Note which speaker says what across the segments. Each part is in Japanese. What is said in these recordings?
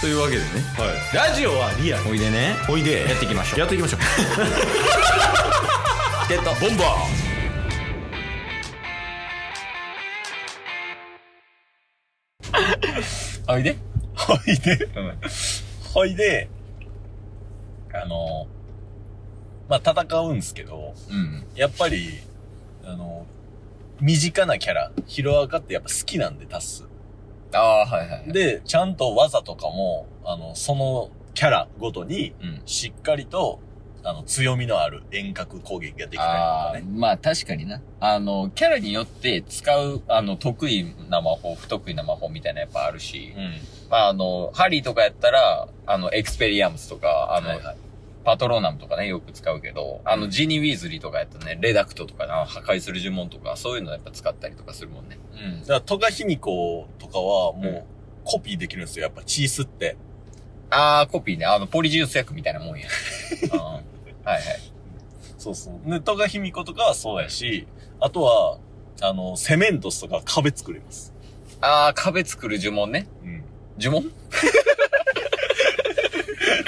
Speaker 1: というわけでね
Speaker 2: ラジオはリアル
Speaker 1: おいでね
Speaker 2: おいで
Speaker 1: やっていきましょう
Speaker 2: やっていき ましょう
Speaker 1: ゲットボンバーおいで
Speaker 2: はいで、はいで、あの、まあ、戦うんですけど、
Speaker 1: うん
Speaker 2: やっぱり、あの、身近なキャラ、ヒロアカってやっぱ好きなんで、タッス。
Speaker 1: ああはいはいで
Speaker 2: で、ちゃんと技とかも、あの、そのキャラごとに、
Speaker 1: うん
Speaker 2: しっかりと、あの、強みのある遠隔攻撃ができたりと
Speaker 1: あ
Speaker 2: か
Speaker 1: あ
Speaker 2: ね。
Speaker 1: まあ確かになあのキャラによって使うあの得意な魔法不得意な魔法みたいなやっぱあるし、
Speaker 2: うん。
Speaker 1: まああのハリーとかやったらあのエクスペリアムスとかあの、
Speaker 2: はいはい
Speaker 1: パトローナムとかね、よく使うけど、あの、ジーニー・ウィーズリーとかやったらね、レダクトとかな、破壊する呪文とか、そういうのやっぱ使ったりとかするもんね。うん
Speaker 2: だ。から、トガヒミコとかは、も
Speaker 1: うん
Speaker 2: う、コピーできるんですよ。やっぱ、チースって。
Speaker 1: あー、コピーね。あの、ポリジュース薬みたいなもん や。うん。はいはい。
Speaker 2: そうそう。で、トガヒミコとかはそうやし、あとは、あの、セメントスとか壁作れます。
Speaker 1: あー、壁作る呪文ね。
Speaker 2: うん。
Speaker 1: 呪文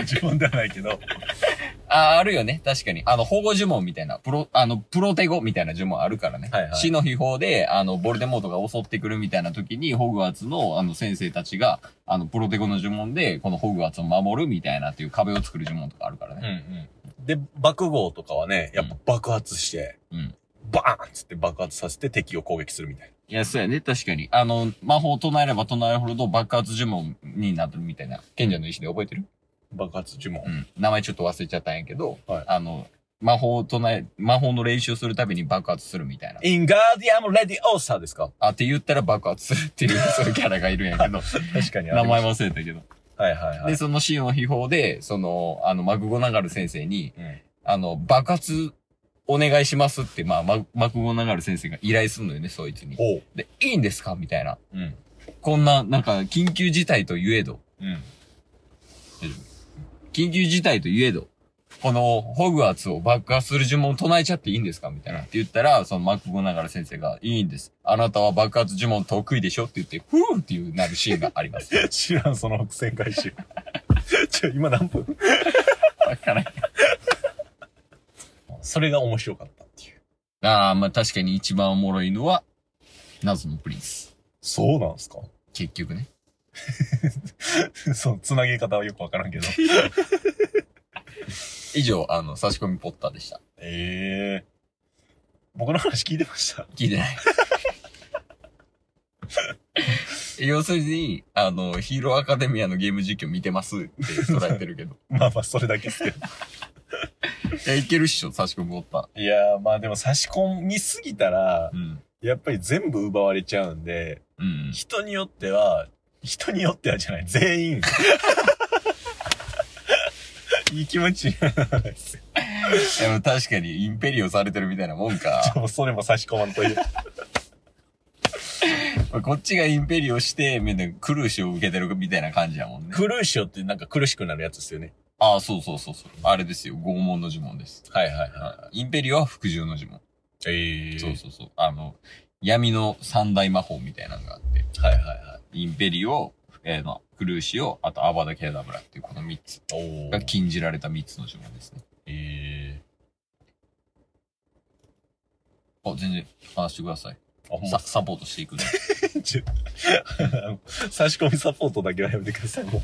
Speaker 2: 自分ではないけど。
Speaker 1: あー、あるよね。確かに。あの、保護呪文みたいな、プロ、あの、プロテゴみたいな呪文あるからね。
Speaker 2: はいはい
Speaker 1: 死の秘宝で、あの、ボルデモートが襲ってくるみたいな時に、ホグワーツの、あの、先生たちが、あの、プロテゴの呪文で、このホグワーツを守るみたいなっていう壁を作る呪文とかあるから
Speaker 2: う
Speaker 1: ね。
Speaker 2: ん。で、爆豪とかはね、やっぱ爆発して、
Speaker 1: うん
Speaker 2: バーンっつって爆発させて敵を攻撃するみたい
Speaker 1: いや、そうやね。確かに。あの、魔法を唱えれば唱えるほど爆発呪文になるみたいな。賢者の意志で覚えてる
Speaker 2: な。爆発呪文。
Speaker 1: うん。名前ちょっと忘れちゃったんやけど、
Speaker 2: はい
Speaker 1: あの、魔法を唱え、魔法の練習するたびに爆発するみたいな。
Speaker 2: インガーディアム・レディオーサーですか
Speaker 1: あって言ったら爆発するって いう、そういうキャラがいるんやけど、
Speaker 2: 確かに
Speaker 1: 名前。忘れたけど。
Speaker 2: はいはいはい。
Speaker 1: で、そのシーンの秘宝で、その、あの、マクゴナガル先生に、
Speaker 2: うん。
Speaker 1: あの、爆発お願いしますって、まあ、ママクゴナガル先生が依頼するのよね、そいつに。
Speaker 2: おう。
Speaker 1: で、いいんですかみたいな。
Speaker 2: うん。
Speaker 1: こんな、なんか、緊急事態といえど、
Speaker 2: うん。
Speaker 1: 緊急事態といえど、このホグワーツを爆破する呪文を唱えちゃっていいんですかみたいな。って言ったら、そのマクゴナガル先生が、いいんです。あなたは爆発呪文得意でしょって言って、ふーっていうなるシーンがあります。
Speaker 2: 知らん、その伏線回収。 ちょ、今何分
Speaker 1: わからん
Speaker 2: それが面白かったっていう。
Speaker 1: ああ、まあ確かに一番おもろいのは、謎のプリンス。
Speaker 2: そうなんすか
Speaker 1: 結局ね。
Speaker 2: その、繋げ方はよくわからんけど。
Speaker 1: 以上、あの、差し込みポッターでした。
Speaker 2: ええ僕の話聞いてました。
Speaker 1: 聞いて ない。要するに、あの、ヒーローアカデミアのゲーム実況見てますって捉えてるけど。
Speaker 2: まあまあ、それだけですけど。
Speaker 1: いや、いけるっしょ、差し込みポッター。
Speaker 2: いやー、まあでも差し込みすぎたら、
Speaker 1: うん。
Speaker 2: やっぱり全部奪われちゃうんで、
Speaker 1: うん。
Speaker 2: 人によっては、人によってはじゃない、全員。いい気持ちにならない ですよ。
Speaker 1: でも確かにインペリオされてるみたいなもん か。
Speaker 2: でもそれも差し込まんという。
Speaker 1: まあこっちがインペリオして、みんなクルーシを受けてるみたいな感じやもんね。
Speaker 2: 苦しよってなんか苦しくなるやつですよね。
Speaker 1: ああ、そうそうそうそう。あれですよ、拷問の呪文です。
Speaker 2: はいはい
Speaker 1: インペリオは服従の呪文。
Speaker 2: い。ええ
Speaker 1: そうそうそう。あの、闇の三大魔法みたいなのがあって、
Speaker 2: はいはいはい。
Speaker 1: インペリオ、えー、のクルーシオ、あとアバダ・ケダブラっていうこの3つ
Speaker 2: お
Speaker 1: が禁じられた3つの呪文ですね。
Speaker 2: え
Speaker 1: あ、全然話してください。
Speaker 2: ー、あ、ほん
Speaker 1: さ
Speaker 2: ま。
Speaker 1: サポートしていくね。
Speaker 2: ちょあの 差し込みサポートだけはやめてください。もう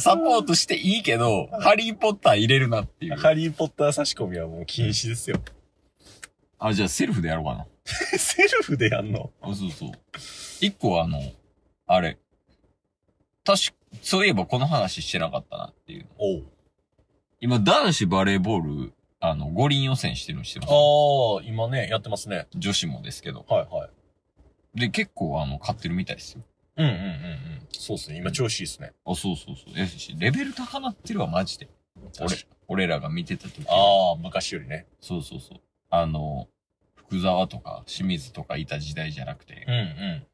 Speaker 1: サポートしていいけど、ハリー・ポッター入れるなっていう。
Speaker 2: ハリーポッター差し込みはもう禁止ですよ。
Speaker 1: あ、じゃあセルフでやろうかな。
Speaker 2: セルフでやんの
Speaker 1: あ、そうそう。一個はあの、あれ。確か、そういえばこの話してなかったなっていう。
Speaker 2: お
Speaker 1: 今、男子バレーボール、あの、五輪予選してるのしてます。
Speaker 2: ああ、今ね、やってますね。
Speaker 1: 女子もですけど。
Speaker 2: はいはい。
Speaker 1: で、結構、あの、買ってるみたいですよ。
Speaker 2: うんうんうんうん。そうですね。今調子いいですね。
Speaker 1: あ、そうそうそう。やし、レベル高なってるわ、マジで。俺
Speaker 2: 俺。、
Speaker 1: 俺らが見てた時。
Speaker 2: ああ、昔よりね。
Speaker 1: そうそうそう。あの、福沢とか清水とかいた時代じゃなくて。
Speaker 2: うんうん。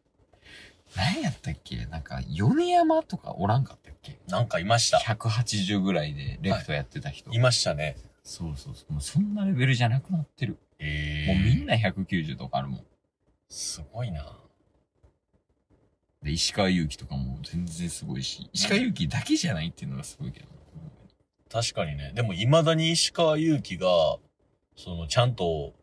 Speaker 1: 何やったっけなんか、米山とかおらんかったっけ
Speaker 2: なんかいました。
Speaker 1: 180ぐらいでレフトやってた人。
Speaker 2: いましたね。
Speaker 1: そうそうそう。もうそんなレベルじゃなくなってる。
Speaker 2: え
Speaker 1: もうみんな190とかあるもん。
Speaker 2: すごいな。
Speaker 1: で、石川祐希とかも全然すごいし、石川祐希だけじゃないっていうのがすごいけど。
Speaker 2: 確かにね。でも未だに石川祐希が、そのちゃんと、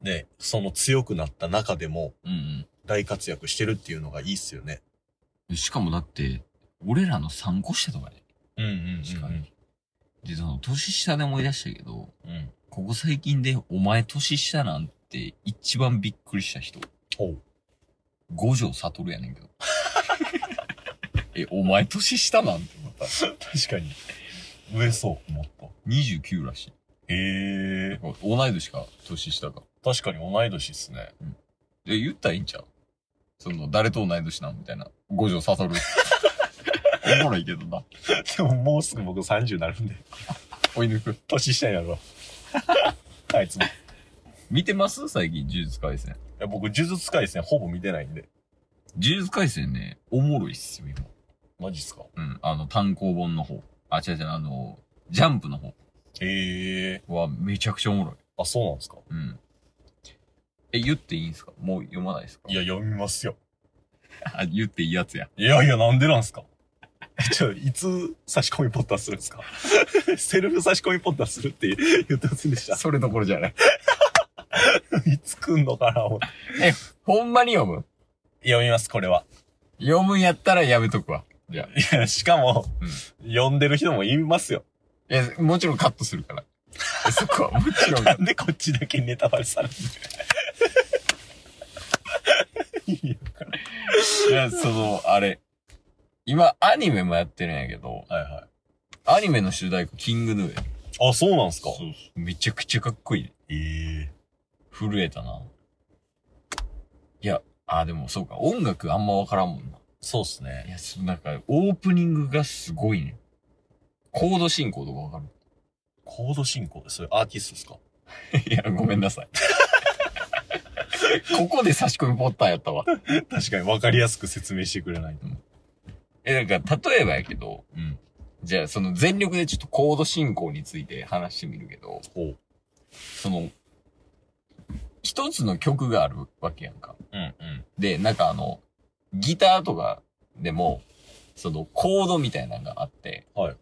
Speaker 2: ね、その強くなった中でも
Speaker 1: うん
Speaker 2: 大活躍してるっていうのがいいっすよね。
Speaker 1: うん。しかもだって、俺らの3個下とかね。
Speaker 2: うんうん
Speaker 1: 石川祐希。で、その、年下で思い出したけど、
Speaker 2: うん。
Speaker 1: ここ最近でお前年下なんて一番びっくりした人、
Speaker 2: ほう。
Speaker 1: 五条悟やね んけど。え、お前年下なんて思った。
Speaker 2: 確かに。上そう、もっと。
Speaker 1: 29らしい。
Speaker 2: へえ。
Speaker 1: 同い年か、年下か。
Speaker 2: 確かに同い年っすね。
Speaker 1: で、言ったらいいんちゃうその、誰と同い年なんみたいな。五条 悟。おもろいけどな。
Speaker 2: でももうすぐ僕30になるんで、
Speaker 1: 追い抜く。
Speaker 2: 年下やろ。 あいつも。い
Speaker 1: 見てます最近、呪術廻戦。
Speaker 2: や僕、呪術廻戦ほぼ見てないんで。
Speaker 1: 呪術廻戦ね、おもろいっすよ、今。
Speaker 2: マジっすか
Speaker 1: うん。あの、単行本の方。あ、違う違う、あの、ジャンプの方
Speaker 2: へえ。
Speaker 1: はめちゃくちゃおもろい。
Speaker 2: あ、そうなんですか
Speaker 1: うん。え、言っていいんすかもう読まないですか
Speaker 2: いや、読みますよ。
Speaker 1: あ、言っていいやつや。
Speaker 2: いやいや、なんでなんすか ちょ、いつ差し込みポッターするんですか セルフ差し込みポッターするって 言ってませんでした。
Speaker 1: それどころじゃない。
Speaker 2: いつ来んのかな思って
Speaker 1: ほんまに読む
Speaker 2: 読みます、これは。
Speaker 1: 読むんやったらやめとくわ。いや、
Speaker 2: いや、しかも、読んでる人もいますよ。
Speaker 1: いや、もちろんカットする から。そこはもちろん。
Speaker 2: なんでこっちだけネタバレされる の意味わからん
Speaker 1: いや、 その、あれ。今、アニメもやってるんやけど、
Speaker 2: はいは
Speaker 1: アニメの主題歌、キングヌーや。
Speaker 2: い。あ、そうなんすか
Speaker 1: めちゃくちゃかっこいいね。
Speaker 2: ええ
Speaker 1: 震えたな。いや、あ、でもそうか、音楽あんまわからんもんな。
Speaker 2: そうっす
Speaker 1: い
Speaker 2: ね。
Speaker 1: や、そなんか、オープニングがすごいね。コード進行とかわか
Speaker 2: コード進行それアーティストっすか
Speaker 1: る いや、ごめんなさい。 ここで差し込みポッターやったわ。
Speaker 2: 確かに分かりやすく説明してくれないと。
Speaker 1: え、なんか、例えばやけど、
Speaker 2: うん。
Speaker 1: じゃあ、その全力でちょっとコード進行について話してみるけど、
Speaker 2: ほう。
Speaker 1: その、一つの曲があるわけやんか。
Speaker 2: うんうん。
Speaker 1: で、なんかあの、ギターとかでも、そのコードみたいなのがあって、
Speaker 2: はい。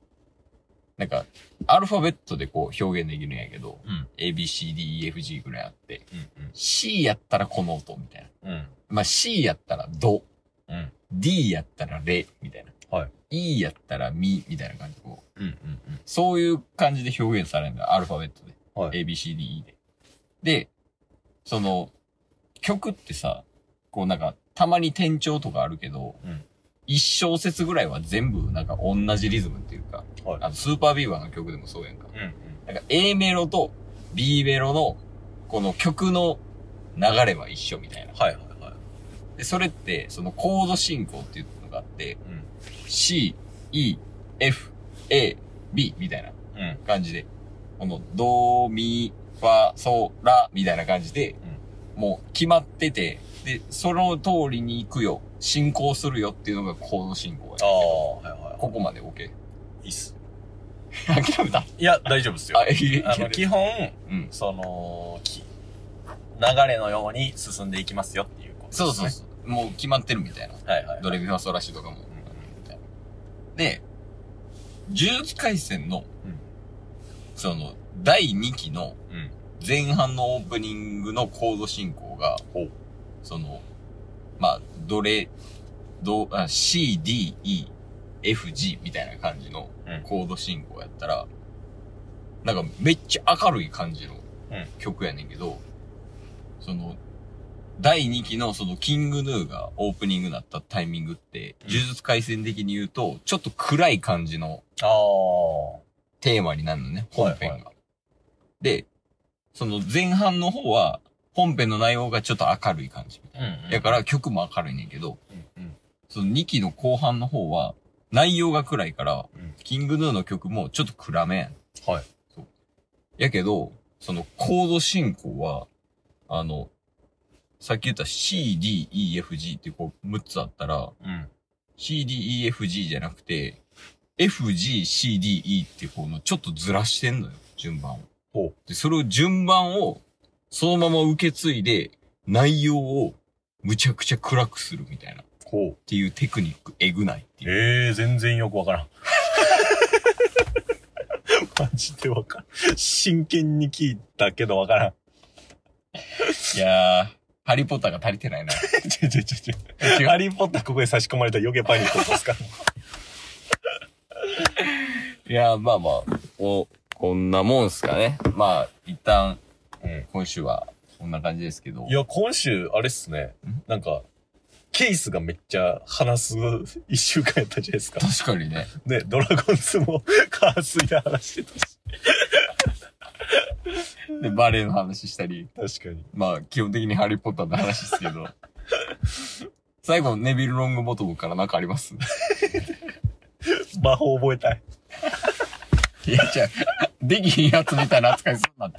Speaker 1: なんか、アルファベットでこう表現できるんやけど、
Speaker 2: うん。
Speaker 1: A, B, C, D, E, F, G ぐらいあって、
Speaker 2: うん。
Speaker 1: C やったらこの音みたいな。
Speaker 2: うん。
Speaker 1: まあ、C やったらド、
Speaker 2: うん。
Speaker 1: D やったらレみたいな。。
Speaker 2: はい
Speaker 1: E やったらミみたいな感じでこう、
Speaker 2: うんうんうん。
Speaker 1: そういう感じで表現されるんだ。アルファベットで。
Speaker 2: はい
Speaker 1: ABCDE で。で、その、曲ってさ、こうなんか、たまに転調とかあるけど、
Speaker 2: うん
Speaker 1: 一小節ぐらいは全部なんか同じリズムっていうか、
Speaker 2: はい
Speaker 1: あのスーパービーバーの曲でもそうやんか。
Speaker 2: うんうん。
Speaker 1: なんか A メロと B メロの、この曲の流れは一緒みたいな。
Speaker 2: はいはいはい。
Speaker 1: で、それって、そのコード進行っていうのがあって、
Speaker 2: うん。
Speaker 1: C、E、F、A、B みたいな。
Speaker 2: うん。
Speaker 1: 感じで、この、ド、ミ、ファ、ソ、ラ、みたいな感じで、もう決まってて、で、その通りに行くよ、進行するよっていうのがコード進行やけ
Speaker 2: ああ、
Speaker 1: ど、
Speaker 2: はいはい。
Speaker 1: ここまで OK。
Speaker 2: いいっす。
Speaker 1: 諦めた。
Speaker 2: いや、大丈夫っすよ。
Speaker 1: あ、え、い
Speaker 2: あの、
Speaker 1: け
Speaker 2: 基本、
Speaker 1: うん。
Speaker 2: その、き、流れのように進んでいきますよっていうことです、ね。
Speaker 1: そうそうそう。もう決まってるみたいな。
Speaker 2: はいはい。
Speaker 1: ドレミファソラシとかも。みたいなで、呪術廻戦の、
Speaker 2: うん
Speaker 1: その、第2期の、
Speaker 2: うん。
Speaker 1: 前半のオープニングのコード進行が
Speaker 2: ほう、
Speaker 1: その、まあ、どれ、ど、あ C, D, E, F, G みたいな感じの
Speaker 2: うん
Speaker 1: コード進行やったら、なんかめっちゃ明るい感じの
Speaker 2: うん
Speaker 1: 曲やねんけど、その、第2期のそのキングヌーがオープニングになったタイミングって、
Speaker 2: うん
Speaker 1: 呪術廻戦的に言うと、ちょっと暗い感じの
Speaker 2: ああ。
Speaker 1: テーマになるのね、本編が。
Speaker 2: はい
Speaker 1: で、その前半の方は、本編の内容がちょっと明るい感じ。
Speaker 2: うん、
Speaker 1: だから曲も明るいねんけど、
Speaker 2: うんうん。
Speaker 1: その2期の後半の方は、内容が暗いから、
Speaker 2: うん
Speaker 1: キングヌーの曲もちょっと暗めやん。
Speaker 2: はい。
Speaker 1: そう。やけど、そのコード進行は、あの、さっき言った C, D, E, F, G ってこう6つあったら、
Speaker 2: うん。
Speaker 1: C, D, E, F, G じゃなくて、F, G, C, D, E ってこのちょっとずらしてんのよ、順番を。
Speaker 2: ほう。
Speaker 1: で、それを順番をそのまま受け継いで内容をむちゃくちゃ暗くするみたいな。
Speaker 2: あほう。
Speaker 1: ていうテクニック、えぐないっていう。
Speaker 2: ええー、全然よくわからん。 マジでわからん。真剣に聞いたけどわからん。
Speaker 1: いやー、ハリーポッターが足りてないな。
Speaker 2: ちょちょちょちょ。
Speaker 1: 違
Speaker 2: ハ
Speaker 1: う。
Speaker 2: リーポッターここで差し込まれたら余計パニック起こすから。
Speaker 1: いやー、まあまあ、お、こんなもんすかね。まあ、一旦、
Speaker 2: うん
Speaker 1: 今週は、こんな感じですけど。
Speaker 2: いや、今週、あれっすね
Speaker 1: ん。
Speaker 2: なんか、ケースがめっちゃ話す一週間やったじゃない ですか。
Speaker 1: 確かにね。
Speaker 2: ね、ドラゴンズも カースイで話してたし。
Speaker 1: で、バレエの話したり、
Speaker 2: 確かに。
Speaker 1: まあ、基本的にハリーポッターの話ですけ ど。最後、ネビル・ロングボトムからなんかあります
Speaker 2: 魔法覚えたい。
Speaker 1: いや、じゃできひんやつみたいな扱いすんなって。